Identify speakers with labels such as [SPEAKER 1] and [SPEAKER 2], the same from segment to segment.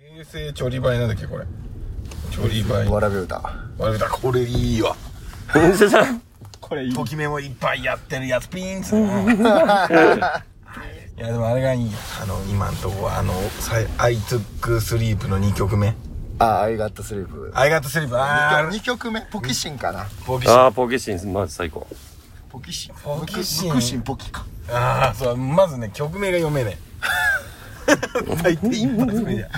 [SPEAKER 1] 平成調理映えなんだっけこれ調理映え
[SPEAKER 2] わらべ歌
[SPEAKER 1] あれだこれいいわ
[SPEAKER 3] うんそしたら
[SPEAKER 1] これいいときめもいっぱいやってるやつピーン っつっていやでもあれがいいよあの今んとこはあのさ「I took sleep」の2曲目
[SPEAKER 2] ああ I got sleep
[SPEAKER 1] 「I got sleep」あ
[SPEAKER 2] 2曲目ポキシンかな
[SPEAKER 1] あポキシン
[SPEAKER 3] ああ、ポケシン、まず最高。
[SPEAKER 2] ポキシン
[SPEAKER 1] ポキシン
[SPEAKER 2] ポキシンポキか
[SPEAKER 1] ああそうまずね曲名が読めねえ 大抵一発目じゃ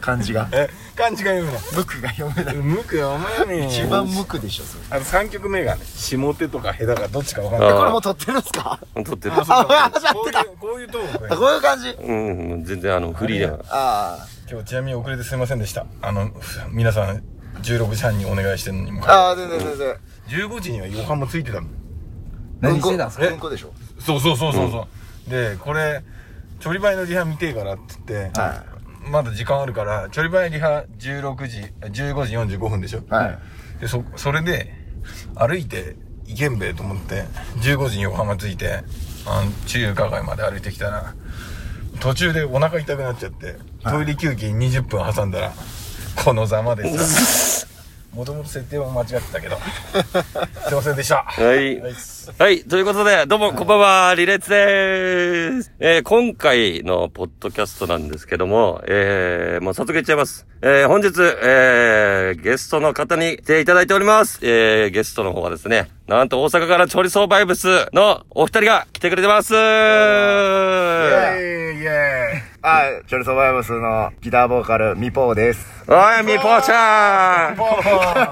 [SPEAKER 2] 漢字 が
[SPEAKER 1] え漢字が読めない
[SPEAKER 2] 無垢が読めない
[SPEAKER 1] 無垢がお前ね
[SPEAKER 2] 一番無垢でしょそれ
[SPEAKER 1] あの3曲目がね下手とか下手かどっちか分かんない
[SPEAKER 3] あ
[SPEAKER 2] これもう撮ってるんすか
[SPEAKER 3] 撮ってる。
[SPEAKER 1] あそうかこういうこういうトークね
[SPEAKER 2] あこういう感じ
[SPEAKER 3] うん、全然あの、フリーだから。
[SPEAKER 2] あ
[SPEAKER 1] 今日ちなみに遅れてすいませんでしたあのふ皆さん16時半にお願いしてるのにも
[SPEAKER 2] あああ全然全然
[SPEAKER 1] 15時には予判もついてたの
[SPEAKER 4] 何してたんすか
[SPEAKER 2] うんこうんこでしょ
[SPEAKER 1] そうそうそうそうそうでこれちょりばいのリハ見てえからって言って、
[SPEAKER 2] は
[SPEAKER 1] まだ時間あるからちょりばいリハ16時15時45分でしょ
[SPEAKER 2] はい
[SPEAKER 1] でそそれで歩いて行けんべえと思って15時に横浜着いてあの中華街まで歩いてきたら途中でお腹痛くなっちゃってトイレ休憩20分挟んだらこのざまでさもともと設定は間違ってたけど すいませんでした
[SPEAKER 3] はい。はい。ということで、どうも、こんばんは、リレッツでーす。えー、今回のポッドキャストなんですけども、えー、もう早速いっちゃいます。えー、本日、えー、ゲストの方に来ていただいております。えー、ゲストの方はですね、なんと大阪から調理総バイブスのお二人が来てくれてます。は
[SPEAKER 1] イエ
[SPEAKER 2] はい、チョルソバイブスのギターボーカル、ミポーです。
[SPEAKER 3] い、みぽーちゃん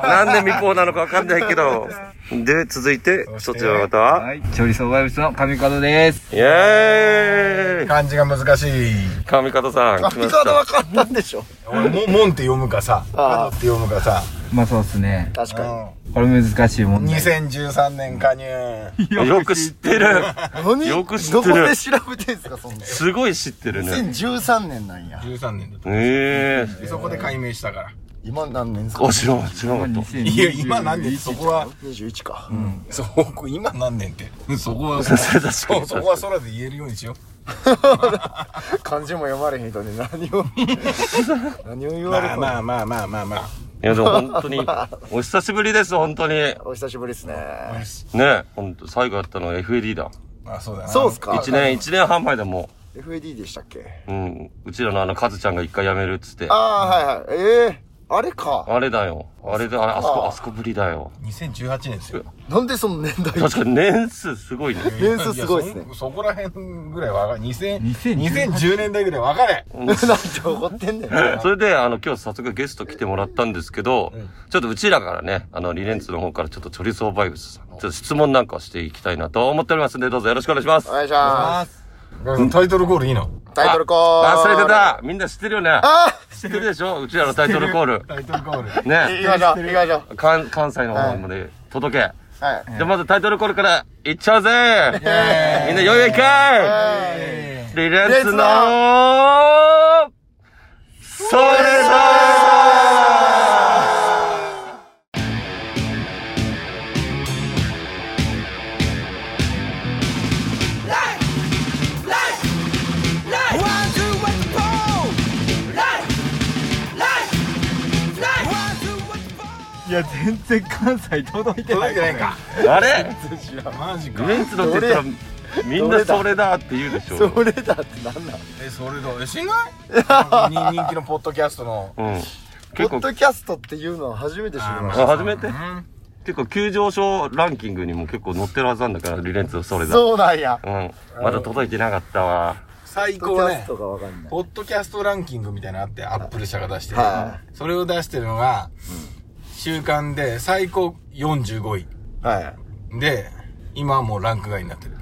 [SPEAKER 3] なんでみぽーなのかわかんないけど。で、続いて、そちらの方は、
[SPEAKER 4] はい、調理総バイブスの上門です。
[SPEAKER 3] イェーイ
[SPEAKER 1] ー漢字が難しい
[SPEAKER 3] 神方さん、来ま
[SPEAKER 2] ミ
[SPEAKER 3] し
[SPEAKER 2] カド
[SPEAKER 3] た
[SPEAKER 2] は。簡単でしょ
[SPEAKER 1] 俺も門って読むかさ角
[SPEAKER 2] あー
[SPEAKER 1] って読むかさ
[SPEAKER 4] まあそうっすね。
[SPEAKER 2] 確か
[SPEAKER 4] これ難しいもんね。
[SPEAKER 1] 2013年加入
[SPEAKER 3] よく知ってる。
[SPEAKER 2] に。何
[SPEAKER 3] よく知ってる
[SPEAKER 2] どこで調べてんすか、 そんな。
[SPEAKER 3] すごい知ってる ね。
[SPEAKER 2] 2013年なんや。
[SPEAKER 1] 13年だっ
[SPEAKER 3] え
[SPEAKER 1] たでそこで解明したから
[SPEAKER 2] 今何年です
[SPEAKER 3] え。
[SPEAKER 2] か
[SPEAKER 3] あ、知らん、知らんかっ
[SPEAKER 1] いや、今何年そこは、
[SPEAKER 2] ?21 か。
[SPEAKER 1] そこ、今何年って。 そこは、そ
[SPEAKER 3] た。それ 確かに
[SPEAKER 1] うそこは空で言えるようにしよ
[SPEAKER 2] 漢字も読まれへん人に何 を、何を言
[SPEAKER 1] う。
[SPEAKER 2] われ
[SPEAKER 1] ま
[SPEAKER 2] た
[SPEAKER 1] あ
[SPEAKER 2] の
[SPEAKER 1] まあまあまあまあまあ。
[SPEAKER 3] いや、でも本当に、お久しぶりです、本当に。ね
[SPEAKER 2] お久しぶりですね。
[SPEAKER 3] 本当最後やったの FAD だ。
[SPEAKER 1] まあそうだな。
[SPEAKER 2] そうっすか
[SPEAKER 3] 1年、一年半前だも
[SPEAKER 2] FAD でしたっけ
[SPEAKER 3] う。うん。うちらのあの、カズちゃんが一回辞めるっつって。あ
[SPEAKER 2] ああ、はいはい。ええあれか。
[SPEAKER 3] れだよ。あれで、あれ、あそこ、あそこぶりだよ。
[SPEAKER 1] 2018年ですよ。
[SPEAKER 2] なんでその年代
[SPEAKER 3] 確かに年数すごいね。
[SPEAKER 2] 年数すごいっすね
[SPEAKER 1] やそそこら辺ぐらいわかる。2000
[SPEAKER 4] 2018
[SPEAKER 1] 2010年代ぐらいわかれ。
[SPEAKER 2] なんて怒ってんねん。は
[SPEAKER 3] それで、あの、今日早速ゲスト来てもらったんですけど、ちょっとうちらからね、あの、リレンツの方からちょっとチョリソーバイブスさんの、ちょっと質問なんかをしていきたいなと思っておりますんで、どうぞよろしくお願いします。
[SPEAKER 2] お願いしま
[SPEAKER 1] タイトルコールいいの
[SPEAKER 2] す。タイトルコー
[SPEAKER 3] 忘
[SPEAKER 2] ル。
[SPEAKER 3] れて。たみんな知ってるよね
[SPEAKER 2] あ
[SPEAKER 3] 知ってるでしょうちらのタイトルコール。
[SPEAKER 1] タイトルコール。
[SPEAKER 2] 行
[SPEAKER 3] ね。
[SPEAKER 2] きましょう、行きましょう。
[SPEAKER 3] 関関西の方まで届け。
[SPEAKER 2] はい。
[SPEAKER 3] じゃあまずタイトルコールから行っちゃうぜみんな余裕いかいリレッツのそれだ
[SPEAKER 4] いや、全然関西届いて
[SPEAKER 1] 届いてないか。
[SPEAKER 3] あれ
[SPEAKER 1] マジ
[SPEAKER 3] リ
[SPEAKER 1] か。
[SPEAKER 3] レッツのって言ったらみんなそれだって言うでしょ
[SPEAKER 2] それだってなんなん
[SPEAKER 1] え、それだ。え、 しないに人気のポッドキャストの。
[SPEAKER 3] うん。
[SPEAKER 2] ポ
[SPEAKER 3] 結
[SPEAKER 2] ッ
[SPEAKER 3] 構、
[SPEAKER 2] ドキャストっていうのは初めて知りまし
[SPEAKER 3] あ初めて
[SPEAKER 1] うん。
[SPEAKER 3] 結構急上昇ランキングにも結構載ってるはずなんだから、リレッツのそれ
[SPEAKER 2] た。
[SPEAKER 3] だ。
[SPEAKER 2] そうなんや。
[SPEAKER 3] うん。まだ届いてなかったわ。
[SPEAKER 1] 最
[SPEAKER 2] ポ
[SPEAKER 1] 高
[SPEAKER 2] ッド
[SPEAKER 1] は
[SPEAKER 2] キャス
[SPEAKER 1] ね
[SPEAKER 2] ト。がわかんない。
[SPEAKER 1] ポッドキャストランキングみたいなのあって、アップル社が出してる
[SPEAKER 2] は。
[SPEAKER 1] それを出してるのが、週間で最高45
[SPEAKER 2] は
[SPEAKER 1] 位。で、今はもうランク外になってる。
[SPEAKER 2] い。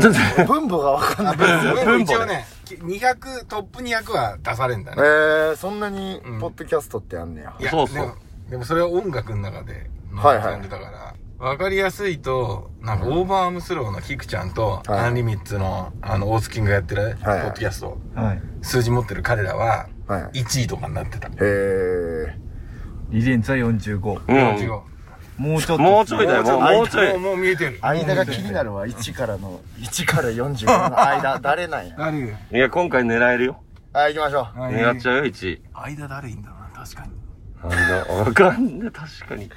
[SPEAKER 2] 分母がわかんない。
[SPEAKER 1] でも
[SPEAKER 3] 分
[SPEAKER 1] 一
[SPEAKER 3] 母
[SPEAKER 1] 応ね、200、トップ200は出されんだ
[SPEAKER 2] え
[SPEAKER 1] ね。
[SPEAKER 2] ー、そんなに、ポッドキャストってあんねや。
[SPEAKER 1] いや
[SPEAKER 3] そうそう
[SPEAKER 1] でもでもそれは音楽の中でのジ
[SPEAKER 2] はいはい
[SPEAKER 1] ャンルだから。わかりやすいと、なんか、オーバーアームスローのキクちゃんと、
[SPEAKER 2] はい
[SPEAKER 1] アンリミッツの、あの、大津キンがやってる、ポ
[SPEAKER 2] はい
[SPEAKER 1] ッドキャスト、
[SPEAKER 4] はい。
[SPEAKER 1] 数字持ってる彼らは、
[SPEAKER 2] はい。
[SPEAKER 1] 1位とかになってた。
[SPEAKER 2] えー、
[SPEAKER 4] リレンツは45。
[SPEAKER 3] うん。
[SPEAKER 1] 45
[SPEAKER 4] もうちょっと。
[SPEAKER 3] もうちょいだよ、もうもうちょ
[SPEAKER 1] もう
[SPEAKER 3] い。
[SPEAKER 1] もう見えてる。
[SPEAKER 2] 間が気になるわ。1からの、1から45の間、誰なんや。
[SPEAKER 1] 何
[SPEAKER 3] いや、今回狙えるよ。
[SPEAKER 2] はい、行きましょう。
[SPEAKER 4] はい
[SPEAKER 3] 狙っちゃうよ、1位。
[SPEAKER 1] 間誰いいんだろうな、確かに。
[SPEAKER 3] あの、わかんね、確かに。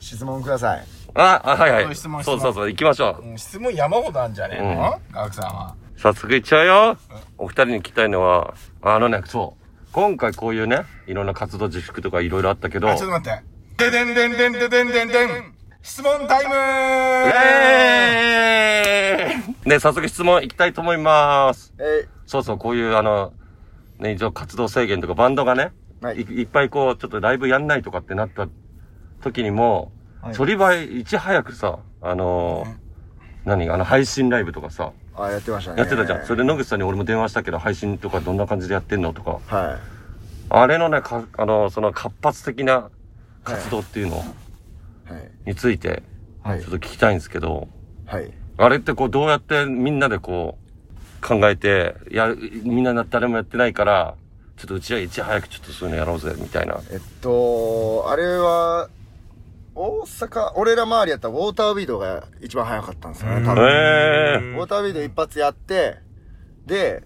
[SPEAKER 2] 質問ください。
[SPEAKER 3] あ、あはい
[SPEAKER 1] そ
[SPEAKER 3] は
[SPEAKER 1] う
[SPEAKER 3] い。
[SPEAKER 1] 質問
[SPEAKER 3] そう
[SPEAKER 1] 質問
[SPEAKER 3] そうそう、行きましょう。
[SPEAKER 1] うん質問山ほどあんじゃねえのガクさんは。
[SPEAKER 3] 早速行っちゃうよ。お二人に聞きたいのは、あのね、そう。今回こういうね、いろんな活動自粛とかいろいろあったけど、
[SPEAKER 1] あ、ちょっと待って。ででんでんでんでんでんでんでん質問タイム
[SPEAKER 3] えー、で、早速質問行きたいと思います。
[SPEAKER 2] え
[SPEAKER 3] そうそう、こういうあの、ね、一応活動制限とかバンドがね、
[SPEAKER 2] はい
[SPEAKER 3] い、いっぱいこう、ちょっとライブやんないとかってなった時にも、
[SPEAKER 4] はい
[SPEAKER 3] そりばいいち早くさ、あのー何あの、配信ライブとかさ、
[SPEAKER 2] ー、あ、やってましたね。
[SPEAKER 3] やってたじゃん。それで野口さんに俺も電話したけど、配信とかどんな感じでやってんのとか。
[SPEAKER 2] は
[SPEAKER 3] あれのね、か、あの、その活発的な活動っていうの
[SPEAKER 2] い。はい。
[SPEAKER 3] について、
[SPEAKER 2] はい
[SPEAKER 3] ちょっと聞きたいんですけど、
[SPEAKER 2] はい。
[SPEAKER 3] あれってこうどうやってみんなでこう、考えて、やる、みんな誰もやってないから、ちょっとうちはいち早くちょっとそういうのやろうぜ、みたいな。
[SPEAKER 2] えっと、あれは、大阪、俺ら周りやったらウォータービードが一番早かったんですよね、多分。
[SPEAKER 3] え
[SPEAKER 2] ウォータービード一発やって、で、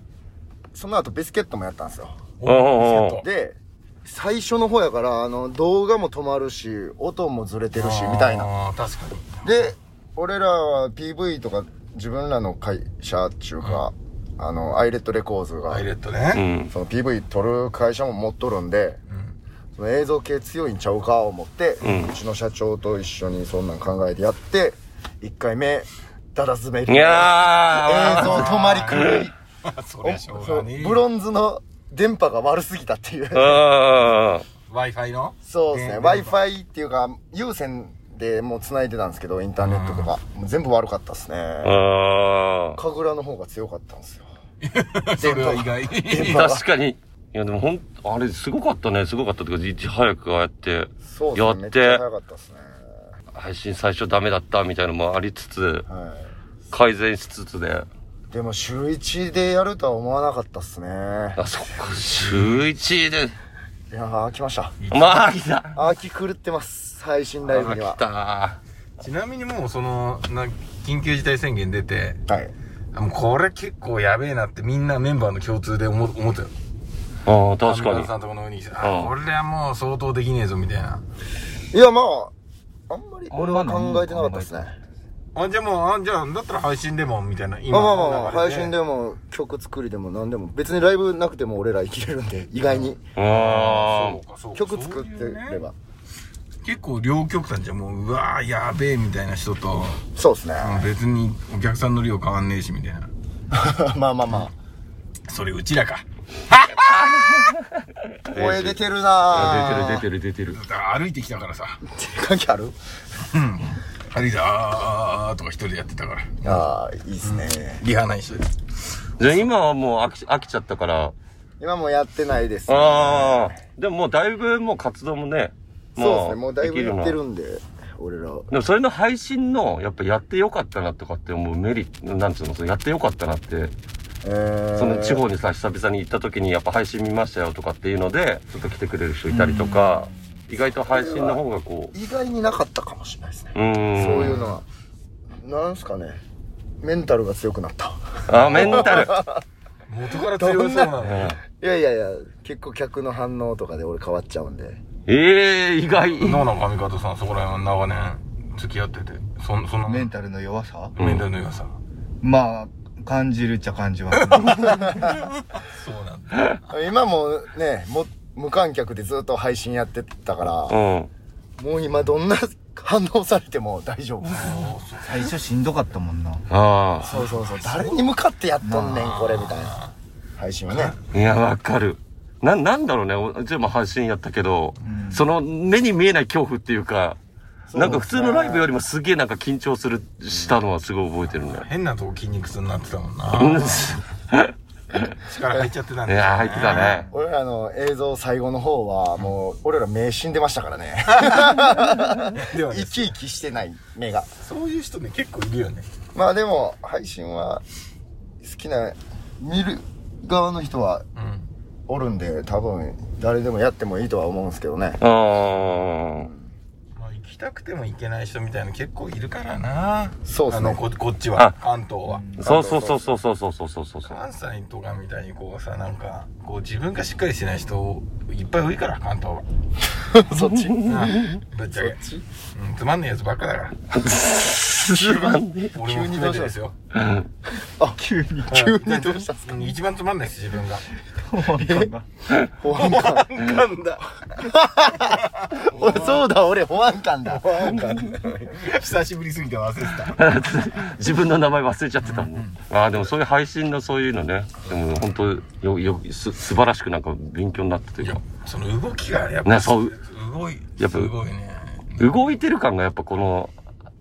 [SPEAKER 2] その後ビスケットもやったんですよ。
[SPEAKER 3] えー。おー
[SPEAKER 2] で、最初の方やから、あの、動画も止まるし、音もずれてるし、みたいな。
[SPEAKER 1] な。確かに。
[SPEAKER 2] で、俺らは PV とか自分らの会社っちゅうか、あの、アイレットレコーズが
[SPEAKER 1] パイ、レット
[SPEAKER 3] う
[SPEAKER 1] ね。
[SPEAKER 3] ん。
[SPEAKER 2] その PV 撮る会社も持っとるんで、その映像系強いんちゃうか思って、うんちの社長と一緒にそんなん考えてやって、1回目、ダダ滑り。
[SPEAKER 3] いや
[SPEAKER 2] 映
[SPEAKER 3] ー。
[SPEAKER 2] 像止まり狂い。
[SPEAKER 1] そり
[SPEAKER 2] お
[SPEAKER 1] ゃしょう
[SPEAKER 2] そ
[SPEAKER 1] が
[SPEAKER 2] う
[SPEAKER 1] ねえ。
[SPEAKER 2] ブロンズの電波が悪すぎたっていう。
[SPEAKER 3] あ
[SPEAKER 1] Wi-Fi の
[SPEAKER 2] そうですね。
[SPEAKER 1] 電波
[SPEAKER 2] Wi-Fi っていうか、有線でもう繋いでたんですけど、インターネットとか。もう全部悪かったです
[SPEAKER 3] ー。
[SPEAKER 2] ね。
[SPEAKER 3] あー。
[SPEAKER 2] 神楽の方が強かったんですよ。
[SPEAKER 1] それは意外。
[SPEAKER 2] 電波が。
[SPEAKER 3] 確かに。いやでもほん、あれすごかったね、すごかったっていうか、いち早くああやって。
[SPEAKER 2] そうで
[SPEAKER 3] や
[SPEAKER 2] す
[SPEAKER 3] っ
[SPEAKER 2] ね。
[SPEAKER 3] て
[SPEAKER 2] めっちゃ早かったですね。
[SPEAKER 3] 配信最初ダメだったみたいなのもありつつ、
[SPEAKER 2] は
[SPEAKER 3] 改善しつつで。
[SPEAKER 2] い。でも、週一でやるとは思わなかったっすね。い
[SPEAKER 3] あ、そっか、週一で。
[SPEAKER 2] やー、来ました。
[SPEAKER 3] まあ、来た。
[SPEAKER 2] あー、来狂ってます。配信ライブに
[SPEAKER 3] あ
[SPEAKER 2] は
[SPEAKER 3] 来。た。
[SPEAKER 1] ちなみにもうその、な、緊急事態宣言出て、
[SPEAKER 2] はい。
[SPEAKER 1] あもうこれ結構やべえなってみんなメンバーの共通で思思ったよ。
[SPEAKER 3] ああ、確か
[SPEAKER 1] 神
[SPEAKER 3] に
[SPEAKER 1] 田。さんとこの上に来て、
[SPEAKER 3] う
[SPEAKER 1] あ、
[SPEAKER 3] ん
[SPEAKER 1] これはもう相当できねえぞみたいな。
[SPEAKER 2] いや、まあ、あんまり俺は考えてなかったですね。
[SPEAKER 1] あ、じゃあもう、あ、じゃあ、だったら配信でも、みたいな。
[SPEAKER 2] ま
[SPEAKER 1] 今
[SPEAKER 2] あまあまあま
[SPEAKER 1] の
[SPEAKER 2] あ、
[SPEAKER 1] 流
[SPEAKER 2] 配
[SPEAKER 1] れ
[SPEAKER 2] 信でも曲作りでも何でも、別にライブなくても俺ら生きれるんで、意外に。
[SPEAKER 3] あ
[SPEAKER 1] そうかそうか
[SPEAKER 2] 曲作って
[SPEAKER 1] そうい
[SPEAKER 2] れ
[SPEAKER 1] うね
[SPEAKER 2] ば。
[SPEAKER 1] 結構両極端じゃんもううわーやべえみたいな人と、
[SPEAKER 2] そうですね。
[SPEAKER 1] うん別にお客さんの量変わんねえしみたいな
[SPEAKER 2] まあまあま
[SPEAKER 1] それうちらか
[SPEAKER 2] あ。声出てるな
[SPEAKER 3] あ。出
[SPEAKER 2] る
[SPEAKER 3] てる出てる出てる。
[SPEAKER 1] だから歩いてきたからさ
[SPEAKER 2] 出てる。関係ある
[SPEAKER 1] 歩いてあーあーあーとか一人でやってたから
[SPEAKER 2] ああ、いいっすね。
[SPEAKER 1] リハない人で
[SPEAKER 3] じゃあ今はもう飽き飽きちゃったから。
[SPEAKER 2] 今もうやってないです。
[SPEAKER 3] ああ。でももうだいぶもう活動もね。
[SPEAKER 2] そうですね。もうだいぶ
[SPEAKER 3] でき
[SPEAKER 2] や
[SPEAKER 3] な
[SPEAKER 2] ってるんで、俺ら。
[SPEAKER 3] でもそれの配信の、やっぱやってよかったなとかって思うメリット、なんつうの、そのやってよかったなって、
[SPEAKER 2] えー
[SPEAKER 3] その地方にさ、久々に行った時にやっぱ配信見ましたよとかっていうので、ちょっと来てくれる人いたりとか、意外と配信の方がこ
[SPEAKER 2] 意外になかったかもしれないですね。
[SPEAKER 3] う、うーん。
[SPEAKER 2] そういうのは。なんすかね。メンタルが強くなった。
[SPEAKER 3] あ、メンタル。
[SPEAKER 1] 元から強そうなの
[SPEAKER 3] うん
[SPEAKER 2] いやいやいや、結構客の反応とかで俺変わっちゃうんで。
[SPEAKER 3] ええ意外。
[SPEAKER 1] なな上方さんそこら辺は長年付き合っててそんそんな
[SPEAKER 4] メン
[SPEAKER 1] メ
[SPEAKER 4] タルの弱さ
[SPEAKER 1] ンタルの良さ
[SPEAKER 4] まあ、感じるっちゃ感じます、
[SPEAKER 1] そうなんだ
[SPEAKER 2] 今もね、も無観客でずっと配信やってたから
[SPEAKER 3] う、ん。
[SPEAKER 2] もう今どんな反応されても大丈夫。
[SPEAKER 4] 最初しんどかったもんな。
[SPEAKER 3] あ
[SPEAKER 2] そうそうそう。誰に向かってやっとんねん、これ、みたいな。配信はね。
[SPEAKER 3] あ。いや、わかる。な、なんだろうね。おうちも配信やったけど、その目に見えない恐怖っていうか、なんか普通のライブよりもすげえなんか緊張する、したのはすごい覚えてるね。
[SPEAKER 1] 変なとこ筋肉痛になってたもん
[SPEAKER 3] うん。
[SPEAKER 1] ない力入っちゃってたんだよ
[SPEAKER 3] や、入ってた ね。
[SPEAKER 2] 俺らの映像最後の方は、もう、俺ら目死んでましたからね。
[SPEAKER 1] ではね
[SPEAKER 2] 生き生きしてない目が。
[SPEAKER 1] そういう人ね結構いるよね
[SPEAKER 2] まあでも、配信は、好きな、見る側の人は
[SPEAKER 1] うん
[SPEAKER 2] おる んで、多分、誰でもやってもいいとは思うんですけどね。
[SPEAKER 3] ああ。
[SPEAKER 1] まあ生ききたくても行けない人みたいな結構いるからな。
[SPEAKER 2] そうっすね
[SPEAKER 1] あのこ、こっちは
[SPEAKER 3] あ、
[SPEAKER 1] 関東は。
[SPEAKER 3] そうそうそうそうそうそうそうそうそう。
[SPEAKER 1] 関西とかみたいにこうさ、なんか、こう自分がしっかりしてない人いっぱい多いから、関東は。
[SPEAKER 2] そ っち
[SPEAKER 1] うんぶっちゃけ。うん、つまんねえやつばっかだから。
[SPEAKER 3] つまんね
[SPEAKER 1] 俺も含めてですよ。
[SPEAKER 4] 急に
[SPEAKER 2] 急にどうしたん す
[SPEAKER 1] うん一番つまんないです、自分が。
[SPEAKER 4] 保安官が
[SPEAKER 2] 保安官
[SPEAKER 1] なんだ。
[SPEAKER 2] 俺 そうだ俺保安官だ
[SPEAKER 1] 久しぶりすぎて忘れてた。
[SPEAKER 3] え 自分の名前忘れちゃってたもん。ああ、でもそういう配信のそういうのね。でも本当よ、よ、す、素晴らしくなんか勉強になったと
[SPEAKER 1] い
[SPEAKER 3] いう
[SPEAKER 1] や
[SPEAKER 3] か。、
[SPEAKER 1] その動きがやっぱ、
[SPEAKER 3] ねそう
[SPEAKER 1] 動い、
[SPEAKER 3] やっぱ
[SPEAKER 1] すごいね。
[SPEAKER 3] 動いてる感がやっぱこの、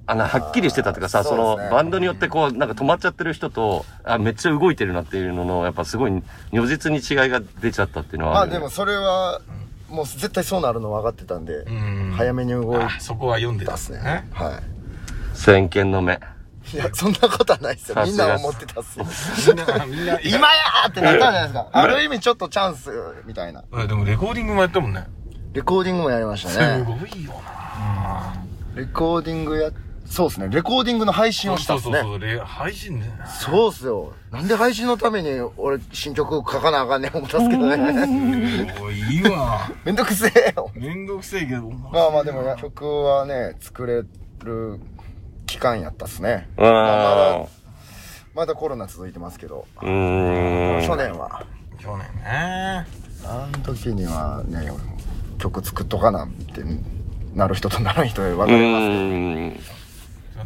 [SPEAKER 3] あの、はっきりしてたっていうかさ、
[SPEAKER 2] そ
[SPEAKER 3] そう
[SPEAKER 2] ですね
[SPEAKER 3] の、バンドによってこう、なんか止まっちゃってる人と、あ、めっちゃ動いてるなっていうのの、やっぱすごい、如実に違いが出ちゃったっていうのは
[SPEAKER 2] ま
[SPEAKER 3] あ
[SPEAKER 2] あ
[SPEAKER 3] るよ
[SPEAKER 2] で
[SPEAKER 3] ね、
[SPEAKER 2] もそれはもう絶対そうなるの分かってたんで
[SPEAKER 1] ん
[SPEAKER 2] 早めに動い
[SPEAKER 1] あ、そこは読んで
[SPEAKER 2] た
[SPEAKER 1] た
[SPEAKER 2] っすねは
[SPEAKER 3] 先見の目。
[SPEAKER 2] いいやそんなことはないっすよ
[SPEAKER 3] さすがっす
[SPEAKER 2] みんな思ってたっすよ
[SPEAKER 1] みんな、みんな、
[SPEAKER 2] 今やーってなったんじゃないですかある意味ちょっとチャンスみたいな
[SPEAKER 1] うんでもレコーディングもやったもんね。
[SPEAKER 2] レコーディングもやりまし
[SPEAKER 1] す
[SPEAKER 2] たね
[SPEAKER 1] ごいよな
[SPEAKER 2] レコーディングやそうっすねレコーディングの配信をした
[SPEAKER 1] そう
[SPEAKER 2] っす
[SPEAKER 1] そうそ
[SPEAKER 2] ね
[SPEAKER 1] う、レ配信ね。
[SPEAKER 2] そうっすよなんで配信のために俺新曲書かなあかんねん思ったっすけどね
[SPEAKER 1] すごいいいわ。
[SPEAKER 2] めんどくせえよ
[SPEAKER 1] めんどくせえけど。
[SPEAKER 2] まあまあでも曲はね作れる期間やったっすね
[SPEAKER 3] うーん。う
[SPEAKER 2] まだコロナ続いてますけど、
[SPEAKER 3] ー
[SPEAKER 2] 去
[SPEAKER 3] ん。
[SPEAKER 2] 年は
[SPEAKER 1] 去年ね。
[SPEAKER 2] あの時にはね俺も曲作っとかなってなる人とならん人で分か
[SPEAKER 3] う
[SPEAKER 2] れますけど
[SPEAKER 3] ーん。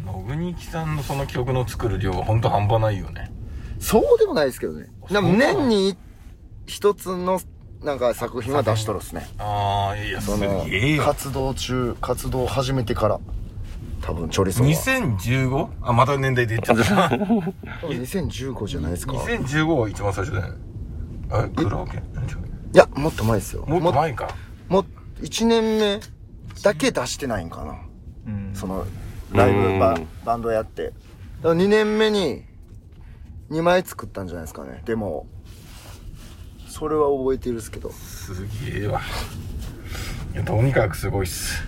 [SPEAKER 1] 野国木さんのその曲の作る量はほんと半端ないよね。
[SPEAKER 2] そうでもないですけどねでも年に一つのなんか作品は出しとるっすね
[SPEAKER 1] ああ、いや、
[SPEAKER 2] そ
[SPEAKER 1] す
[SPEAKER 2] の
[SPEAKER 1] げえよ。
[SPEAKER 2] 活動中活動始めてから多分チョリソンは
[SPEAKER 1] 2015? あ、また年代で言っちゃ った。
[SPEAKER 2] 2015じゃないですかい
[SPEAKER 1] 2015は一番最初だよね。え、クラオケ
[SPEAKER 2] やもっと前ですよ
[SPEAKER 1] もっと前か。
[SPEAKER 2] もう1年目だけ出してないんかな
[SPEAKER 4] うん
[SPEAKER 2] そのライブバ
[SPEAKER 3] うん
[SPEAKER 2] バンドやってだから2年目に2枚作ったんじゃないですかねでもそれは覚えてるっすけど
[SPEAKER 1] すげえわ。いや、とにかくすごいっす。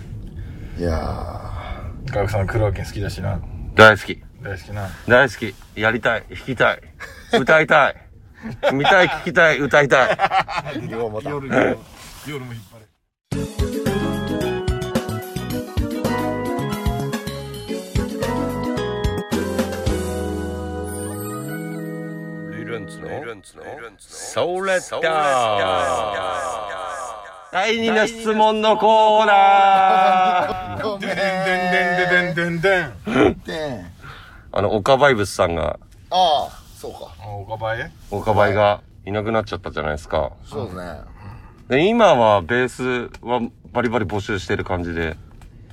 [SPEAKER 2] いや
[SPEAKER 1] ガクさんクラオケ好きだしな。
[SPEAKER 3] 大好き。
[SPEAKER 1] 大好きな。
[SPEAKER 3] 大好き。やりたい。弾きたい。歌いたい。見たい、聞きたい、歌いたい。
[SPEAKER 2] ー両方また
[SPEAKER 1] 夜夜夜も引っ張る。
[SPEAKER 3] それだ第二の質問のコーナー
[SPEAKER 2] ごめん
[SPEAKER 1] でんでんでんでんでんでんでん。
[SPEAKER 2] ね
[SPEAKER 3] あの、岡バイブスさんが、
[SPEAKER 2] ああそうか
[SPEAKER 1] あ岡林
[SPEAKER 3] 岡バイがいなくなっちゃったじゃないですか。
[SPEAKER 2] そうですね
[SPEAKER 3] で、今はベースはバリバリ募集してる感じで。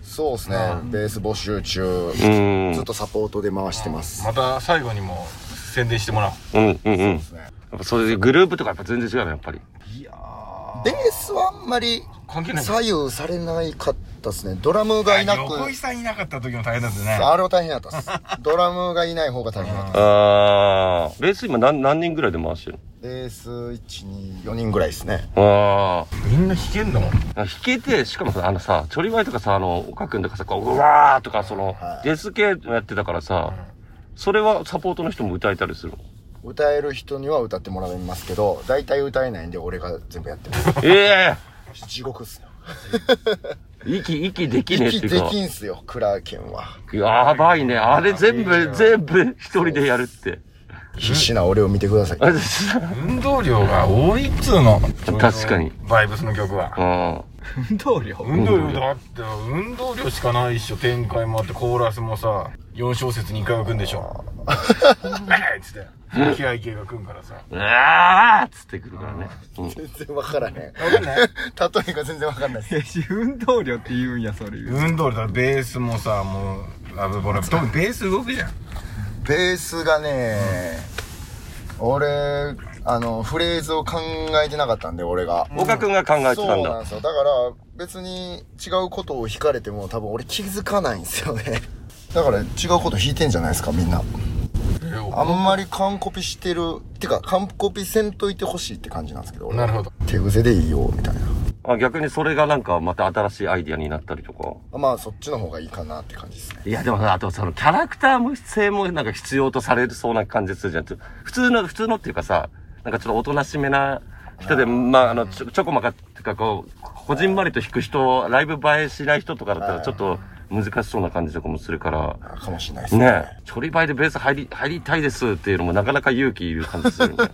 [SPEAKER 2] そうですねベース募集中
[SPEAKER 3] うーん。
[SPEAKER 2] ずっとサポートで回してます
[SPEAKER 1] また最後にも宣伝してもらおう。
[SPEAKER 3] うん、うん、うん。や
[SPEAKER 2] ね
[SPEAKER 3] っぱそれでグループとかやっぱ全然違うね、やっぱり。
[SPEAKER 2] ベースはあんまり
[SPEAKER 1] 関係ない。
[SPEAKER 2] 左右されないかったですねドラムがいなく
[SPEAKER 1] 横井さんいなかった時も大変だったね。
[SPEAKER 2] あれは大変だったっすドラムがいない方が大変だった
[SPEAKER 3] あー。ベース今何、何人ぐらいで回してる
[SPEAKER 2] レース124人ぐらいですね
[SPEAKER 3] のあ
[SPEAKER 1] みんな弾けんだもん。
[SPEAKER 3] ー。弾けて、しかもさ、あのさ、ちょり前とかさ、あの、岡くんとかさ、こう、うわーとか、その、
[SPEAKER 2] はい
[SPEAKER 3] デス系やってたからさ、それはサポートの人も歌えたり するの
[SPEAKER 2] 歌える人には歌ってもらいますけど大体歌えないんで俺が全部やってま
[SPEAKER 3] え
[SPEAKER 2] す地獄っすよ
[SPEAKER 3] え息、息できねえって
[SPEAKER 2] 息
[SPEAKER 3] い
[SPEAKER 2] で
[SPEAKER 3] うか。
[SPEAKER 2] きんすよクラーケンは
[SPEAKER 3] やばいね。あれ全部、全部一人でやるって。
[SPEAKER 2] 必死な俺を見てください
[SPEAKER 3] あれ
[SPEAKER 1] 運動量が多いっつうの。
[SPEAKER 3] 確かに。
[SPEAKER 1] バイブスの曲は。
[SPEAKER 3] うん。
[SPEAKER 4] 運動量
[SPEAKER 1] 運動量だって、運動量しかないっしょ。展開もあって、コーラスもさ、4小節2回はくんでしょ。 えいっつって。気合系がくんからさ。
[SPEAKER 3] うわーっつってくるからね。うん
[SPEAKER 2] 全然わからへん 例
[SPEAKER 1] わかんない
[SPEAKER 2] えが全然わかんないです
[SPEAKER 4] えし 運動量って言うんやそれ
[SPEAKER 1] 運動量だからベースもさ、もう、ラブボラブ。特にベース動くじゃん。
[SPEAKER 2] ベースがね俺あのフレーズを考えてなかったんで俺が
[SPEAKER 3] 岡くんが考えて
[SPEAKER 2] そ
[SPEAKER 3] たん
[SPEAKER 2] うなん
[SPEAKER 3] だ。
[SPEAKER 2] ですよだから別に違うことを弾かれても多分俺気づかないんですよねだから違うこと弾いてんじゃないですかみんなあんまり完コピしてる、てか完コピせんといてほしいって感じなんですけど、俺
[SPEAKER 1] なるほど。
[SPEAKER 2] 手癖でいいよ、みたいな。
[SPEAKER 3] あ、逆にそれがなんかまた新しいアイディアになったりとか。
[SPEAKER 2] まあそっちの方がいいかなって感じですね
[SPEAKER 3] いや、でもさ、あとそのキャラクターも性もなんか必要とされるそうな感じするじゃん。ちょ普通の、普通のっていうかさ、なんかちょっとおとなしめな人で、まあ、あの、ちょ、ちょこまかっていうかこう、こじんまりと弾く人、ライブ映えしない人とかだったらちょっと難しそうな感じとかもするから、
[SPEAKER 2] あかもしれないですね
[SPEAKER 3] ねえ、ちょりばいでベース入り、入りたいですっていうのもなかなか勇気いる感じするよね。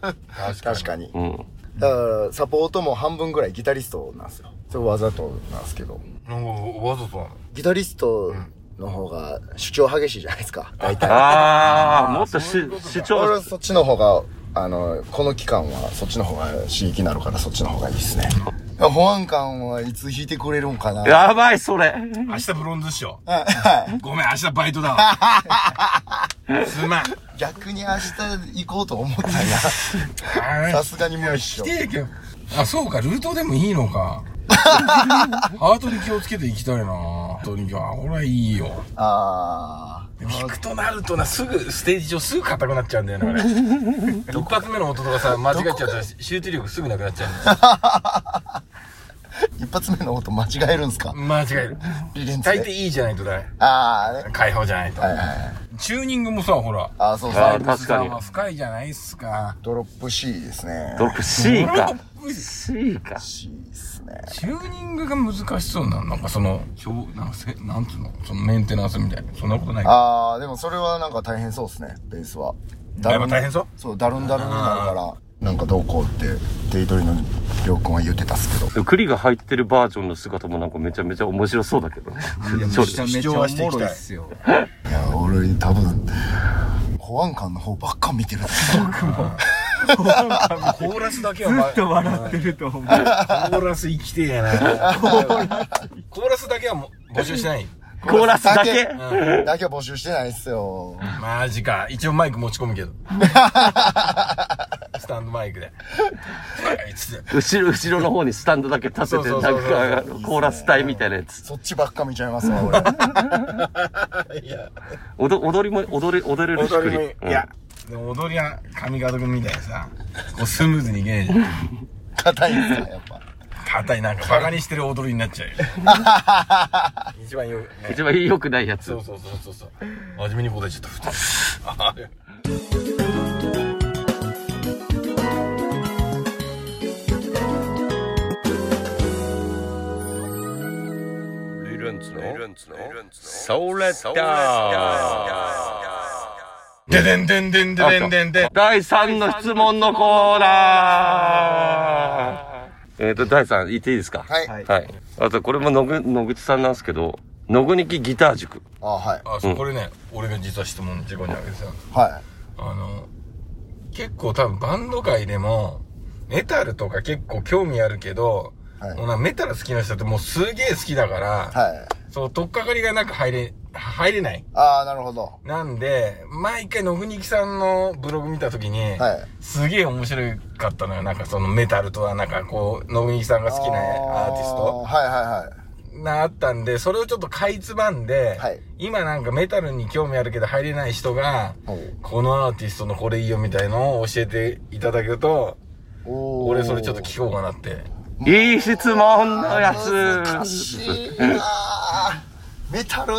[SPEAKER 2] 確かに
[SPEAKER 3] うん。
[SPEAKER 2] だからサポートも半分ぐらいギタリストなんですよそれわざとなんですけど
[SPEAKER 1] なんかわざとなの
[SPEAKER 2] ギタリストの方が主張激しいじゃないですか大体
[SPEAKER 3] ああ、もっとし、主
[SPEAKER 2] 俺
[SPEAKER 3] 張
[SPEAKER 2] は、そっちの方があのこの期間はそっちの方が刺激になるからそっちの方がいいです ね保安官はいつ弾いてくれるんかな
[SPEAKER 3] やばい、それ。
[SPEAKER 1] 明日ブロンズっしょ。
[SPEAKER 2] はい
[SPEAKER 1] ごめん、明日バイト だわ。すまん。
[SPEAKER 2] 逆に明日行こうと思ったんや
[SPEAKER 1] さ
[SPEAKER 2] さすがにもう一緒
[SPEAKER 1] 定けどあ、そうか、ルートでもいいの か。ハートに気をつけていきたいなハートに気を、あ、これはいいよ。
[SPEAKER 2] ああ
[SPEAKER 1] 弾くとなるとな、すぐ、ステージ上すぐ硬くなっちゃうんだよね、あ れ。一発目の音とかさ、間違っちゃったら集中力すぐなくなっちゃうんだよ
[SPEAKER 2] 一発目の音間違えるんすか
[SPEAKER 1] 間違える。
[SPEAKER 2] リレンツ
[SPEAKER 1] 大
[SPEAKER 2] で
[SPEAKER 1] 抵いいじゃないとだい。
[SPEAKER 2] ああね
[SPEAKER 1] 解放じゃないと。
[SPEAKER 2] はいはいはい
[SPEAKER 1] チューニングもさ、ほら。
[SPEAKER 2] ああそうそう
[SPEAKER 3] あ
[SPEAKER 1] ルスさん
[SPEAKER 3] 確か
[SPEAKER 1] は深いじゃないっすか。
[SPEAKER 2] ドロップ C ですね
[SPEAKER 3] ドロップ C
[SPEAKER 1] 俺は
[SPEAKER 3] か。C か。
[SPEAKER 2] C ですね
[SPEAKER 1] チューニングが難しそうなのなんかその、表なんかせ、なんつうのそのメンテナンスみたいな。そんなことないか。
[SPEAKER 2] ああでもそれはなんか大変そうですねベースは
[SPEAKER 1] だいぶ大変そう
[SPEAKER 2] そうダルンダルンになるからなんかどうこうってデイドリのりょうくんは言ってたっすけど
[SPEAKER 3] 栗が入ってるバージョンの姿もなんかめちゃめちゃ面白そうだけどね。ちょ
[SPEAKER 4] めちゃめ
[SPEAKER 1] 主
[SPEAKER 4] ち
[SPEAKER 1] 張
[SPEAKER 4] ゃ
[SPEAKER 1] は
[SPEAKER 4] お
[SPEAKER 1] していきた
[SPEAKER 4] も
[SPEAKER 1] い
[SPEAKER 4] ろいっすよ。
[SPEAKER 2] いや俺多分保安官の方ばっか見てる僕も
[SPEAKER 1] コーラスだけ
[SPEAKER 4] ず
[SPEAKER 1] は、
[SPEAKER 4] っと
[SPEAKER 1] コ
[SPEAKER 4] 笑ってると思う。
[SPEAKER 1] ーラス生きてえや な。コーラスだけはも募集しない。
[SPEAKER 3] コーラスだけ
[SPEAKER 2] だけは募集してないっすよ
[SPEAKER 1] マジか。一応マイク持ち込む けど。スタンドマイクで。あいつ
[SPEAKER 3] 後ろ、後ろの方にスタンドだけ立てて、
[SPEAKER 1] そ
[SPEAKER 3] な
[SPEAKER 1] うん
[SPEAKER 3] か
[SPEAKER 1] そうそうそう
[SPEAKER 3] コーラス隊みたいなやつ。
[SPEAKER 2] そっちばっか見ちゃいますわ俺
[SPEAKER 3] おど踊りも、踊れ、踊れるし
[SPEAKER 1] 踊
[SPEAKER 3] 栗
[SPEAKER 1] りもいい。
[SPEAKER 3] うん
[SPEAKER 1] いや、でも踊りは髪型君みたいにさ、こうスムーズにいけねえじゃん。
[SPEAKER 2] 硬いんすかやっぱ
[SPEAKER 1] 硬い、なんかバカにしてる踊りになっちゃうよ。 一番よ、ね
[SPEAKER 3] 一番良くないやつ
[SPEAKER 1] そ。うそうそうそうそう。真面目に答えちゃった、普通。あれででんでんでんででんでんでん。
[SPEAKER 3] 第3の質問のコーナーえっ、と、第3、言っていいですか
[SPEAKER 2] はい、
[SPEAKER 4] はい
[SPEAKER 3] はい。あと、これも野ぐ野口さんなんですけど、野国木ギター塾。
[SPEAKER 2] あはい
[SPEAKER 1] あ、そう、これね、俺が実は質問事故にあげてさ、
[SPEAKER 2] はい
[SPEAKER 1] あの、結構多分バンド界でも、メタルとか結構興味あるけど、
[SPEAKER 2] はい
[SPEAKER 1] もうなメタル好きな人ってもうすげえ好きだから、
[SPEAKER 2] はい
[SPEAKER 1] そう、とっかかりがなんか入れ、入れない。
[SPEAKER 2] ああなるほど
[SPEAKER 1] なんで、毎回野国木さんのブログ見たときに、
[SPEAKER 2] はい
[SPEAKER 1] すげえ面白かったのよ。なんかそのメタルとはなんかこう、野国木さんが好きなアーティスト
[SPEAKER 2] あーはいはいはい
[SPEAKER 1] なあったんで、それをちょっとかいつまんで、
[SPEAKER 2] はい
[SPEAKER 1] 今なんかメタルに興味あるけど入れない人が、このアーティストのこれいいよみたいのを教えていただけると、
[SPEAKER 2] お
[SPEAKER 1] 俺それちょっと聞こうかなって。
[SPEAKER 3] いい質問のや
[SPEAKER 2] 難
[SPEAKER 3] つ。
[SPEAKER 2] しいなあメタル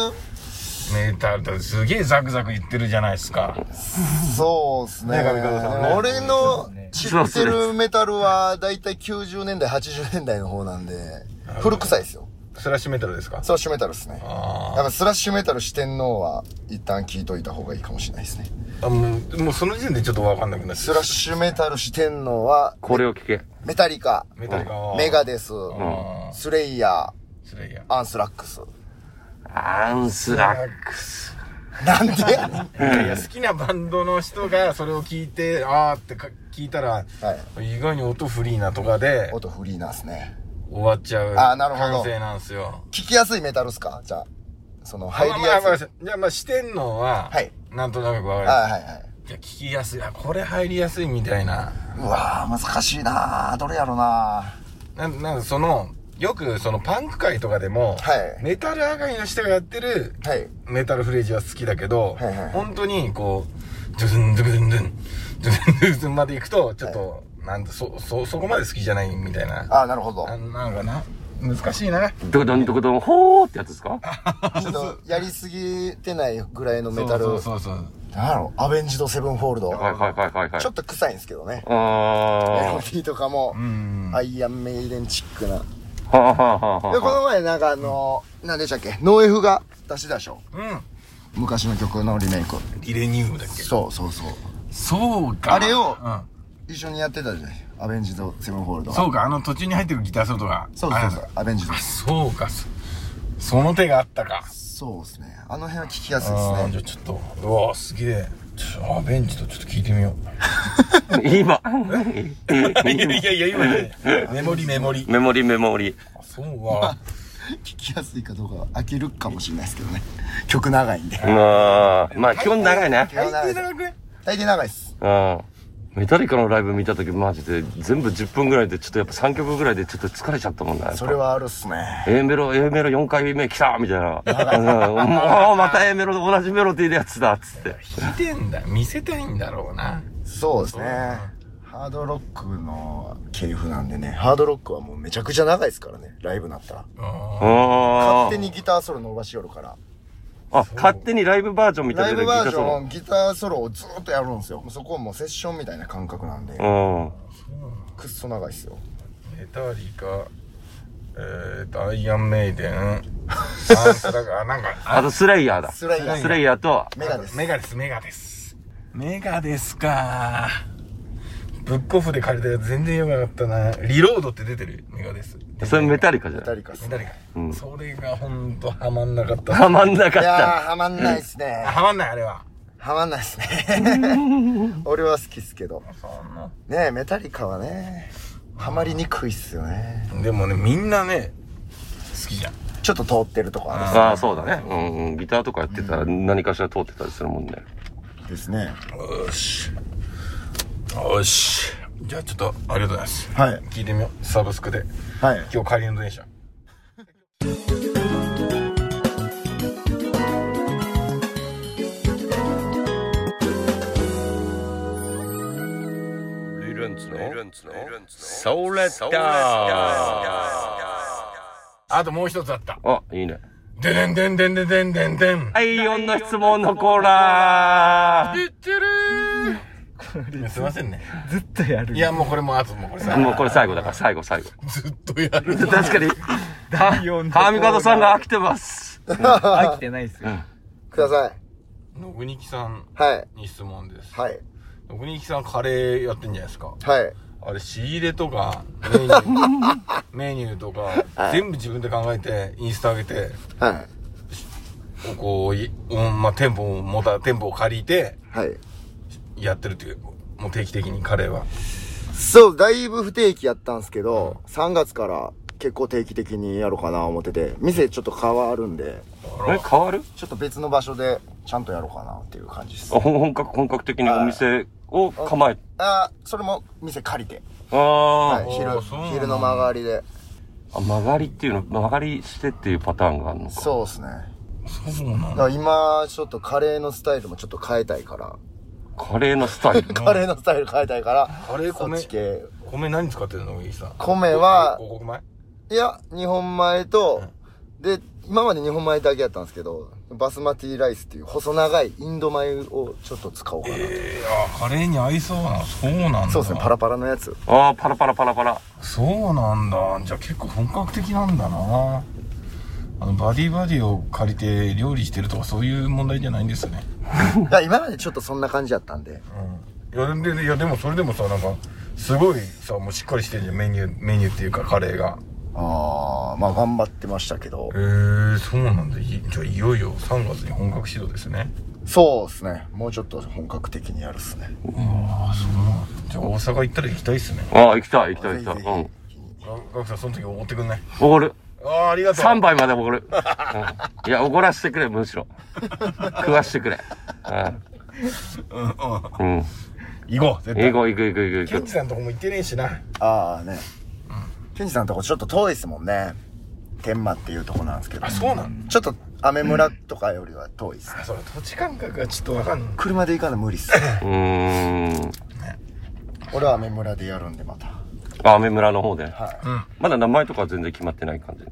[SPEAKER 1] メタルってすげえザクザク言ってるじゃないですか。
[SPEAKER 2] そうですね
[SPEAKER 1] ね上川さんね
[SPEAKER 2] 俺の知ってるメタルはだいたい90年代80年代の方なんで古臭いですよ
[SPEAKER 1] スラッシュメタルですか
[SPEAKER 2] スラッシュメタルですね
[SPEAKER 1] あ
[SPEAKER 2] やっぱスラッシュメタル四天王は一旦聞いといた方がいいかもしれないですね
[SPEAKER 1] ーあもう、もうその時点でちょっとわかんなくなっ
[SPEAKER 2] ス
[SPEAKER 1] ちゃ
[SPEAKER 2] ラ
[SPEAKER 1] う
[SPEAKER 2] ッ。シュメタル四天王は
[SPEAKER 3] これを聞け。
[SPEAKER 2] メタリカ
[SPEAKER 1] メタルか。
[SPEAKER 2] メガデス
[SPEAKER 1] ん
[SPEAKER 2] スレイヤ
[SPEAKER 1] スレイヤー
[SPEAKER 2] ーアンスラックス
[SPEAKER 3] アンスラックス。
[SPEAKER 2] なんでやねん
[SPEAKER 1] いやいや好きなバンドの人がそれを聞いてあーってか聞いたら、意外に音フリーなとかで
[SPEAKER 2] 音フリーなんすね
[SPEAKER 1] 終わっちゃう
[SPEAKER 2] あーなるほど
[SPEAKER 1] 感性なんですよ
[SPEAKER 2] 聞きやすいメタルっすかじゃあその
[SPEAKER 1] まあ
[SPEAKER 2] 入
[SPEAKER 1] まあ
[SPEAKER 2] り
[SPEAKER 1] まあ
[SPEAKER 2] やすい
[SPEAKER 1] まあじゃあまあ四天王は、
[SPEAKER 2] はい
[SPEAKER 1] なんとなくわかる
[SPEAKER 2] はいはいはい
[SPEAKER 1] じゃあ聞きやすいあこれ入りやすいみたいな
[SPEAKER 2] うわー難しいなーどれやろな
[SPEAKER 1] なんなんかそのよくそのパンク界とかでも、
[SPEAKER 2] はい
[SPEAKER 1] メタル上がりの人がやってる
[SPEAKER 2] ーはい
[SPEAKER 1] メタルフレージは好きだけど、
[SPEAKER 2] はいはい
[SPEAKER 1] 本当にこう、ドゥドゥンドゥドゥンドゥン、ドゥドゥンドゥドゥンまで行くと、ちょっと、なんだ、そ、そ、そこまで好きじゃないみたいな。
[SPEAKER 2] ああ、なるほど。
[SPEAKER 1] あなんかな、難しいな。
[SPEAKER 3] どこどんどこどん、ほーってやつですか
[SPEAKER 2] ちょっと、やりすぎてないぐらいのメタル。
[SPEAKER 1] そうそうそうそう。
[SPEAKER 2] なんやろアベンジドセブンフォールド。
[SPEAKER 3] はいはいはいはいはい。
[SPEAKER 2] ちょっと臭いんですけどね。
[SPEAKER 3] あー。
[SPEAKER 2] メロ
[SPEAKER 3] は
[SPEAKER 2] ディーとかも
[SPEAKER 1] う、ん。
[SPEAKER 2] アイアンメイデンチックな。
[SPEAKER 3] あはあはあ
[SPEAKER 2] で、こ
[SPEAKER 3] は
[SPEAKER 2] の前なんかあの、何でしたっけノエフが出しだしょ
[SPEAKER 1] う
[SPEAKER 2] 昔の曲のリメイク。
[SPEAKER 1] ん。リレニウムだっけ
[SPEAKER 2] そうそうそう。
[SPEAKER 1] そうか。
[SPEAKER 2] あれを
[SPEAKER 1] うん。
[SPEAKER 2] 一緒にやってたじゃないアベンジドセブンフォールド。
[SPEAKER 1] そうか、あの途中に入ってるギターソロとか。
[SPEAKER 2] そうそうそう。アベンジド
[SPEAKER 1] あ。そうか、そその手があったか。
[SPEAKER 2] そうですね。あの辺は聞きやすい
[SPEAKER 1] あー
[SPEAKER 2] で
[SPEAKER 1] じゃ
[SPEAKER 2] すね
[SPEAKER 1] あ。ちょっと、うわすげえ。ちょっと、アベンジとちょっと聞いてみよ
[SPEAKER 3] あ。 今。
[SPEAKER 1] う。いやいやいや、今 ね。メモリメモリ。
[SPEAKER 3] メモリメモリ。
[SPEAKER 1] あそうわ。
[SPEAKER 2] 聞きやすいかどうかは飽きるかもしれないですけどね。 曲長いんで。
[SPEAKER 3] まあ、まあ基本長いね。
[SPEAKER 1] 大抵長くね
[SPEAKER 2] 大抵長いっす。
[SPEAKER 3] うん。メタリカのライブ見たときマジで全部10分ぐらいでちょっとやっぱ3曲ぐらいでちょっと疲れちゃったもんね。
[SPEAKER 2] それはあるっすね。
[SPEAKER 3] A メロ、A メロ4回目来たみた いな。うんもうまた A メロ同じメロディーのやつだっつって。
[SPEAKER 1] 弾いてんだ。見せたいんだろうな。
[SPEAKER 2] そうですね。ハードロックの系譜なんでね、ハードロックはもうめちゃくちゃ長いですからね、ライブなったら。
[SPEAKER 1] うん
[SPEAKER 3] 勝
[SPEAKER 2] 勝手。にギターソロ伸ばしよるから。
[SPEAKER 3] あ、勝手にライブバージョンみた
[SPEAKER 2] ラ
[SPEAKER 3] い
[SPEAKER 2] イ
[SPEAKER 3] な
[SPEAKER 2] ブバージ
[SPEAKER 3] ロ
[SPEAKER 2] ョン、ギターソロをずーっとやるんですよ。そこはもうセッションみたいな感覚なんで、
[SPEAKER 3] うん。
[SPEAKER 2] くっそ長いっすよ。
[SPEAKER 1] メタリカ、えーと、アイアンメイデ ン、アンスラガー、なんか、
[SPEAKER 3] あとスレイヤーだ。
[SPEAKER 2] スライヤー
[SPEAKER 3] スレイヤーと、
[SPEAKER 2] メガです。
[SPEAKER 1] メガです、メガです。メガですか。ブックオフで借りたやつ全然よくなかったな。リロードって出てるメガです。
[SPEAKER 3] それメタリカじゃ
[SPEAKER 2] メタ
[SPEAKER 3] ない。
[SPEAKER 2] リカっす
[SPEAKER 1] メ。タリカ。
[SPEAKER 3] うん
[SPEAKER 1] それがほんとハマんなかった。
[SPEAKER 3] はまんなか
[SPEAKER 2] い
[SPEAKER 3] った。
[SPEAKER 2] やー、はまんないっすね。
[SPEAKER 1] ハマんない、あれは。
[SPEAKER 2] はまんないっすね。 俺は好きっすけど。
[SPEAKER 1] そんな
[SPEAKER 2] ねえ、メタリカはね、はまりにくいっすよね。
[SPEAKER 1] でもね、みんなね、好きじゃん。
[SPEAKER 2] ちょっと通ってるとこあ
[SPEAKER 3] ああ、そうだね。うんうん。ギターとかやってたら何かしら通ってたりするもんね。
[SPEAKER 2] るんですね。
[SPEAKER 1] よし。よし。じゃあちょっと、ありがとうございます。
[SPEAKER 2] はい
[SPEAKER 1] 聞いてみよう。サブスクで。
[SPEAKER 2] はい。
[SPEAKER 1] 今日帰りの電車。
[SPEAKER 3] リレンツの、ソレッ
[SPEAKER 1] あともう一つあった。
[SPEAKER 3] あ、いいね。
[SPEAKER 1] ででんでんでんでんでんでんでん。
[SPEAKER 3] はい、4の質問のコーナー
[SPEAKER 1] すいませんね。
[SPEAKER 4] ずっとやる
[SPEAKER 1] いや、もうこれもうあともうこれさ、
[SPEAKER 3] もうこれ最後だから、最後、最後。
[SPEAKER 1] ずっとやる。
[SPEAKER 3] 確かに、
[SPEAKER 4] 第4のコーナー
[SPEAKER 3] 川上方さんが飽きてます。
[SPEAKER 4] 飽きてないっすよ
[SPEAKER 2] ください。
[SPEAKER 1] 野国木さん
[SPEAKER 2] はい。
[SPEAKER 1] に質問です。
[SPEAKER 2] はい。
[SPEAKER 1] 野国木さんカレーやってんじゃないですか。
[SPEAKER 2] はい。
[SPEAKER 1] あれ、仕入れと か、メニュー、メニューとか、全部自分で考えて、インスタ上げて、
[SPEAKER 2] はい。
[SPEAKER 1] こう、いうん、まあ、店舗を持た、店舗を借りて、
[SPEAKER 2] はい。
[SPEAKER 1] やってるっていう、もう定期的にカレーは。
[SPEAKER 2] そう、だいぶ不定期やったんすけど、3月から結構定期的にやろうかな思ってて、店ちょっと変わるんで、
[SPEAKER 3] え、変わる
[SPEAKER 2] ちょっと別の場所でちゃんとやろうかなっていう感じです。
[SPEAKER 3] あほん本格、本格的にお店を構え、
[SPEAKER 2] あーそれも店借りて。
[SPEAKER 3] ああ、
[SPEAKER 2] はい、
[SPEAKER 1] おーそうなんだ
[SPEAKER 2] 昼、昼の間借りで。
[SPEAKER 3] あ、曲がりっていうの、曲がりしてっていうパターンがあるのか。
[SPEAKER 2] そうですね。
[SPEAKER 1] そうな
[SPEAKER 2] だ
[SPEAKER 1] の
[SPEAKER 2] から今、ちょっとカレーのスタイルもちょっと変えたいから、
[SPEAKER 3] カレーのスタイル。
[SPEAKER 2] カレーのスタイル変えたいから、
[SPEAKER 1] カレー
[SPEAKER 2] そ
[SPEAKER 1] 米
[SPEAKER 2] っち系。
[SPEAKER 1] 米何使ってるの、野国木さん。
[SPEAKER 2] 米は
[SPEAKER 1] 五穀米
[SPEAKER 2] いや、日本米と、で、今まで日本米だけやったんですけど、バスマティライスっていう細長いインド米をちょっと使おうかなと。
[SPEAKER 1] えー、あカレーに合いそうな、そうなんだ。
[SPEAKER 2] そうですね、パラパラのやつ。
[SPEAKER 3] ああ、パラパラパラパラ。
[SPEAKER 1] そうなんだ。じゃあ結構本格的なんだな。あの、バディバディを借りて料理してるとかそういう問題じゃないんですよね。
[SPEAKER 2] いや、今までちょっとそんな感じだったんで。
[SPEAKER 1] うん。いや、で、いや、でもそれでもさ、なんか、すごいさ、もうしっかりしてんじゃん、メニュー、メニューっていうかカレーが。
[SPEAKER 2] ああ、まあ頑張ってましたけど
[SPEAKER 1] へえ。ー、そうなんだ。いじゃあいよいよ3月に本格始動ですね。
[SPEAKER 2] そうですね、もうちょっと本格的にやるっすね。
[SPEAKER 1] ああ、そうなんだ。じゃあ大阪行ったら行きたいっすね。
[SPEAKER 3] ああ、行きたい、行きたい、
[SPEAKER 2] ぜ
[SPEAKER 3] 行
[SPEAKER 2] ひ
[SPEAKER 3] きたい。うん
[SPEAKER 2] ぜ。ひ
[SPEAKER 1] ガガクさん、その時おごってくんない
[SPEAKER 3] おごる。
[SPEAKER 1] ああ、ありがとう。
[SPEAKER 3] 3杯までおごる。うんいや、おごらしてくれ、むしろ。食わしてくれ。うん。うん。
[SPEAKER 1] 行こう、絶
[SPEAKER 3] 行
[SPEAKER 1] 対。
[SPEAKER 3] こう、行く、行く、行く、
[SPEAKER 1] ケ
[SPEAKER 3] 行
[SPEAKER 1] ンジさんとこも行ってねえしな。
[SPEAKER 2] ああね。ケンジさんとこちょっと遠いですもんね。天満っていうとこなんですけど。
[SPEAKER 1] あ、そうなんだ。
[SPEAKER 2] ちょっと雨村とかよりは遠いっす。
[SPEAKER 1] あ、それ土地感覚がちょっとわかんない。
[SPEAKER 2] 車で行かない無理っす。
[SPEAKER 3] く。うーん。
[SPEAKER 2] 俺は雨村でやるんでまた
[SPEAKER 3] あ、雨村の方で。
[SPEAKER 2] はい
[SPEAKER 1] うん。
[SPEAKER 3] まだ名前とかは全然決まってない感じ。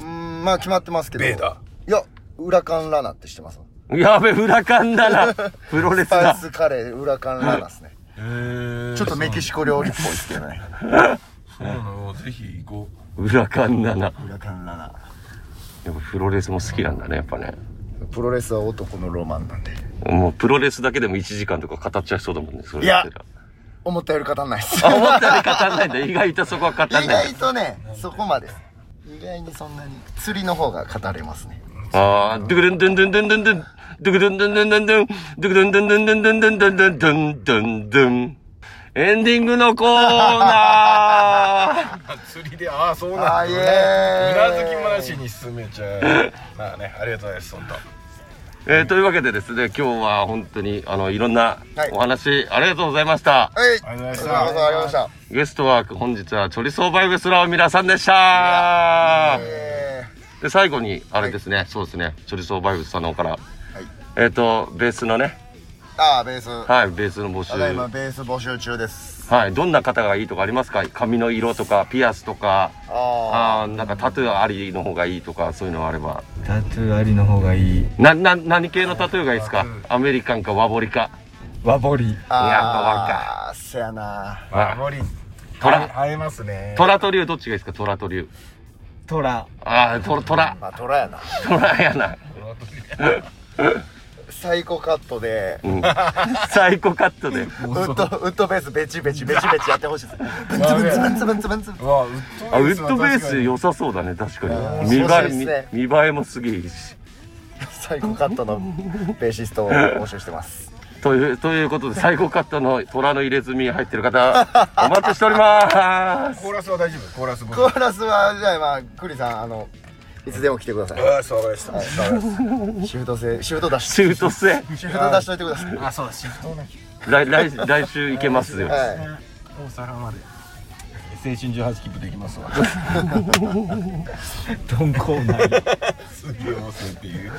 [SPEAKER 2] うーんまあ決まってますけど
[SPEAKER 1] ベーダ
[SPEAKER 2] いや裏カンラナって知ってます
[SPEAKER 3] やべ、裏勘 だな。プロレ
[SPEAKER 2] ス
[SPEAKER 3] ス
[SPEAKER 2] パイ
[SPEAKER 3] だ。
[SPEAKER 2] スカレー裏カンラナですね
[SPEAKER 1] へー
[SPEAKER 2] ちょっとメキシコ料理っぽいですけどね
[SPEAKER 1] そうなのぜひ行こ
[SPEAKER 3] 裏勘だな。
[SPEAKER 2] 裏カンラナ
[SPEAKER 3] でもプロレスも好きなんだね、やっぱね。
[SPEAKER 2] プロレスは男のロマンなんで
[SPEAKER 3] もうプロレスだけでも1時間とか語っちゃいそうだもんね、それだけで
[SPEAKER 2] いや思ったより語んないっす
[SPEAKER 3] あ思ったより語んないんだ。意外とそこは語んない
[SPEAKER 2] 意
[SPEAKER 3] んだ
[SPEAKER 2] 外。とねそこまで意外にそんなに釣りの方が語れますね
[SPEAKER 3] ああ、ドゥクドゥンドゥンドゥンドゥンドゥンドゥン、ドゥクドゥンドゥンドゥンドゥンドゥン、ドゥクドゥンドゥンドゥンドゥンドゥンドゥンドゥンドゥンドゥンドゥン。エンディングのコーナー
[SPEAKER 1] う釣りでああそうなん
[SPEAKER 2] あ
[SPEAKER 1] だ
[SPEAKER 2] ーイエーイ
[SPEAKER 1] うなずきもなしに進めちゃうまあねありがとうございます本当
[SPEAKER 3] えーというわけでですね、今日は本当に、あの、いろんな
[SPEAKER 2] はい
[SPEAKER 3] お話、ありがとうございました。
[SPEAKER 2] はい
[SPEAKER 1] ありがとうございました
[SPEAKER 2] こそありがとうございまし
[SPEAKER 3] ゲストは、本日は、チョリソーバイブスラー皆さんでした
[SPEAKER 2] たえ
[SPEAKER 3] で、最後に、あれですね、そうですね、チョリソーバイブスさんの方から、
[SPEAKER 2] ーはい
[SPEAKER 3] えっ、と、ベースのね、
[SPEAKER 2] ああベース
[SPEAKER 3] はい、ベースの募集
[SPEAKER 2] た。だいまベース募集中です
[SPEAKER 3] はい、どんな方がいいとかありますか髪の色とか、ピアスとか、
[SPEAKER 2] あ
[SPEAKER 3] あーなんかタトゥーありの方がいいとかそういうのあれば
[SPEAKER 4] タトゥーありの方がいい
[SPEAKER 3] なな何系のタトゥーがいいですかアメリカンかワボリか
[SPEAKER 4] 和彫り
[SPEAKER 2] ああ
[SPEAKER 3] いや怖いか
[SPEAKER 2] あせやな
[SPEAKER 1] まあ森
[SPEAKER 3] トラ
[SPEAKER 1] 会えますね
[SPEAKER 3] トラと竜どっちがいいですかトラと竜
[SPEAKER 4] 虎
[SPEAKER 3] ああトラトラ
[SPEAKER 2] まあトラやな
[SPEAKER 3] トラやな
[SPEAKER 2] サイコカットで
[SPEAKER 3] サイコカットで
[SPEAKER 2] ウッドウッドベースベチベチベチベチやってほしいですブンツブンツブンツブンツブンツブンツ
[SPEAKER 1] うわウ
[SPEAKER 3] あウ
[SPEAKER 1] ッ
[SPEAKER 3] ッド
[SPEAKER 1] ド
[SPEAKER 3] ベ
[SPEAKER 1] ベー
[SPEAKER 3] ー
[SPEAKER 1] スは確か
[SPEAKER 3] ス
[SPEAKER 1] に
[SPEAKER 3] 良さそうだね確か
[SPEAKER 2] うん
[SPEAKER 3] に見
[SPEAKER 2] そうです
[SPEAKER 3] 栄
[SPEAKER 2] ね
[SPEAKER 3] え見見栄えもすげえいいし
[SPEAKER 2] サイコカットのベーシストを募集してます
[SPEAKER 3] というということでサイコカットのトラの入れ墨入ってる方お待ちしております
[SPEAKER 1] コーラスは大丈夫コーラス僕
[SPEAKER 2] コーラスはじゃあまあクリさんあのいつでも来てください
[SPEAKER 1] ああそうでした
[SPEAKER 2] シフト制シフト出し
[SPEAKER 3] シュート制
[SPEAKER 2] シフト出しといてください
[SPEAKER 1] あそうだシフトね
[SPEAKER 3] 来来来週行けますよ
[SPEAKER 2] はい
[SPEAKER 1] 大阪まで青春18切符できますわ
[SPEAKER 4] どんこない
[SPEAKER 1] すげえ遅いっていう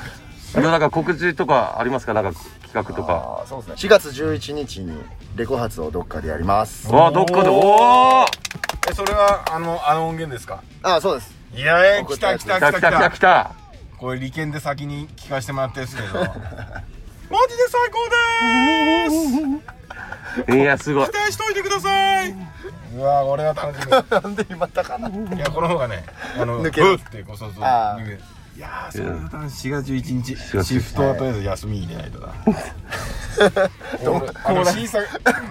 [SPEAKER 3] なんか告知とかありますかなんか企画とか
[SPEAKER 2] あーそうですね4月11日にレコ発をどっかでやります
[SPEAKER 3] わあどっかでおお
[SPEAKER 1] えそれはあのあの音源ですか
[SPEAKER 2] あーそうです
[SPEAKER 1] いやー来た来た
[SPEAKER 3] 来た
[SPEAKER 1] 来た来
[SPEAKER 3] 来た来た
[SPEAKER 1] た
[SPEAKER 3] 来た
[SPEAKER 1] これ利権で先に聞かせてもらったやつけどマジで最高でーす
[SPEAKER 3] いやすごい
[SPEAKER 1] 期待しといてくださいうわー俺は楽 しみ
[SPEAKER 2] なんで今たかない
[SPEAKER 1] やこの方がねあの
[SPEAKER 2] 抜ける
[SPEAKER 1] うっってこうそうそう
[SPEAKER 2] あー
[SPEAKER 1] 抜けるいやーそれは多分4月11
[SPEAKER 3] 月11
[SPEAKER 1] 日シフトはとりあえず休み入れないとだ俺 あの審査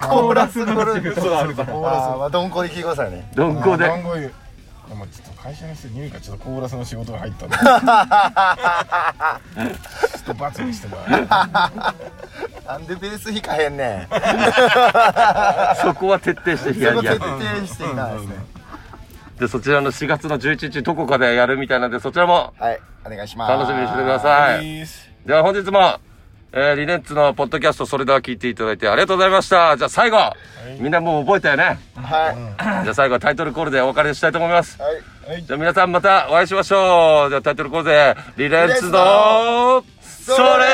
[SPEAKER 4] コーラスの仕事があるか
[SPEAKER 1] コ
[SPEAKER 4] ら
[SPEAKER 1] ーラス
[SPEAKER 2] あーまあどんこで聞いてくださいね
[SPEAKER 3] どんこで
[SPEAKER 1] でもうちょっと会社の人に匂いがちょっとコーラスの仕事が入ったんでちょっと罰にしてもらう
[SPEAKER 2] なんでベース弾かへんねんそこ
[SPEAKER 3] そこは徹底してやりや
[SPEAKER 2] 徹
[SPEAKER 3] る
[SPEAKER 2] 底していないですね
[SPEAKER 3] でそちらの4月の11日どこかでやるみたいなんでそちらも
[SPEAKER 2] はいお願いします
[SPEAKER 3] 楽しみにしててくださいでは本日も、えーリネッツのポッドキャストそれでは聞いていただいてありがとうございましたじゃあ最後、みんなもう覚えたよね
[SPEAKER 2] はい
[SPEAKER 3] じゃあ最後タイトルコールでお別れしたいと思います
[SPEAKER 2] はい
[SPEAKER 3] じゃあ皆さんまたお会いしましょうじゃあタイトルコールでリネッツのそれぞれ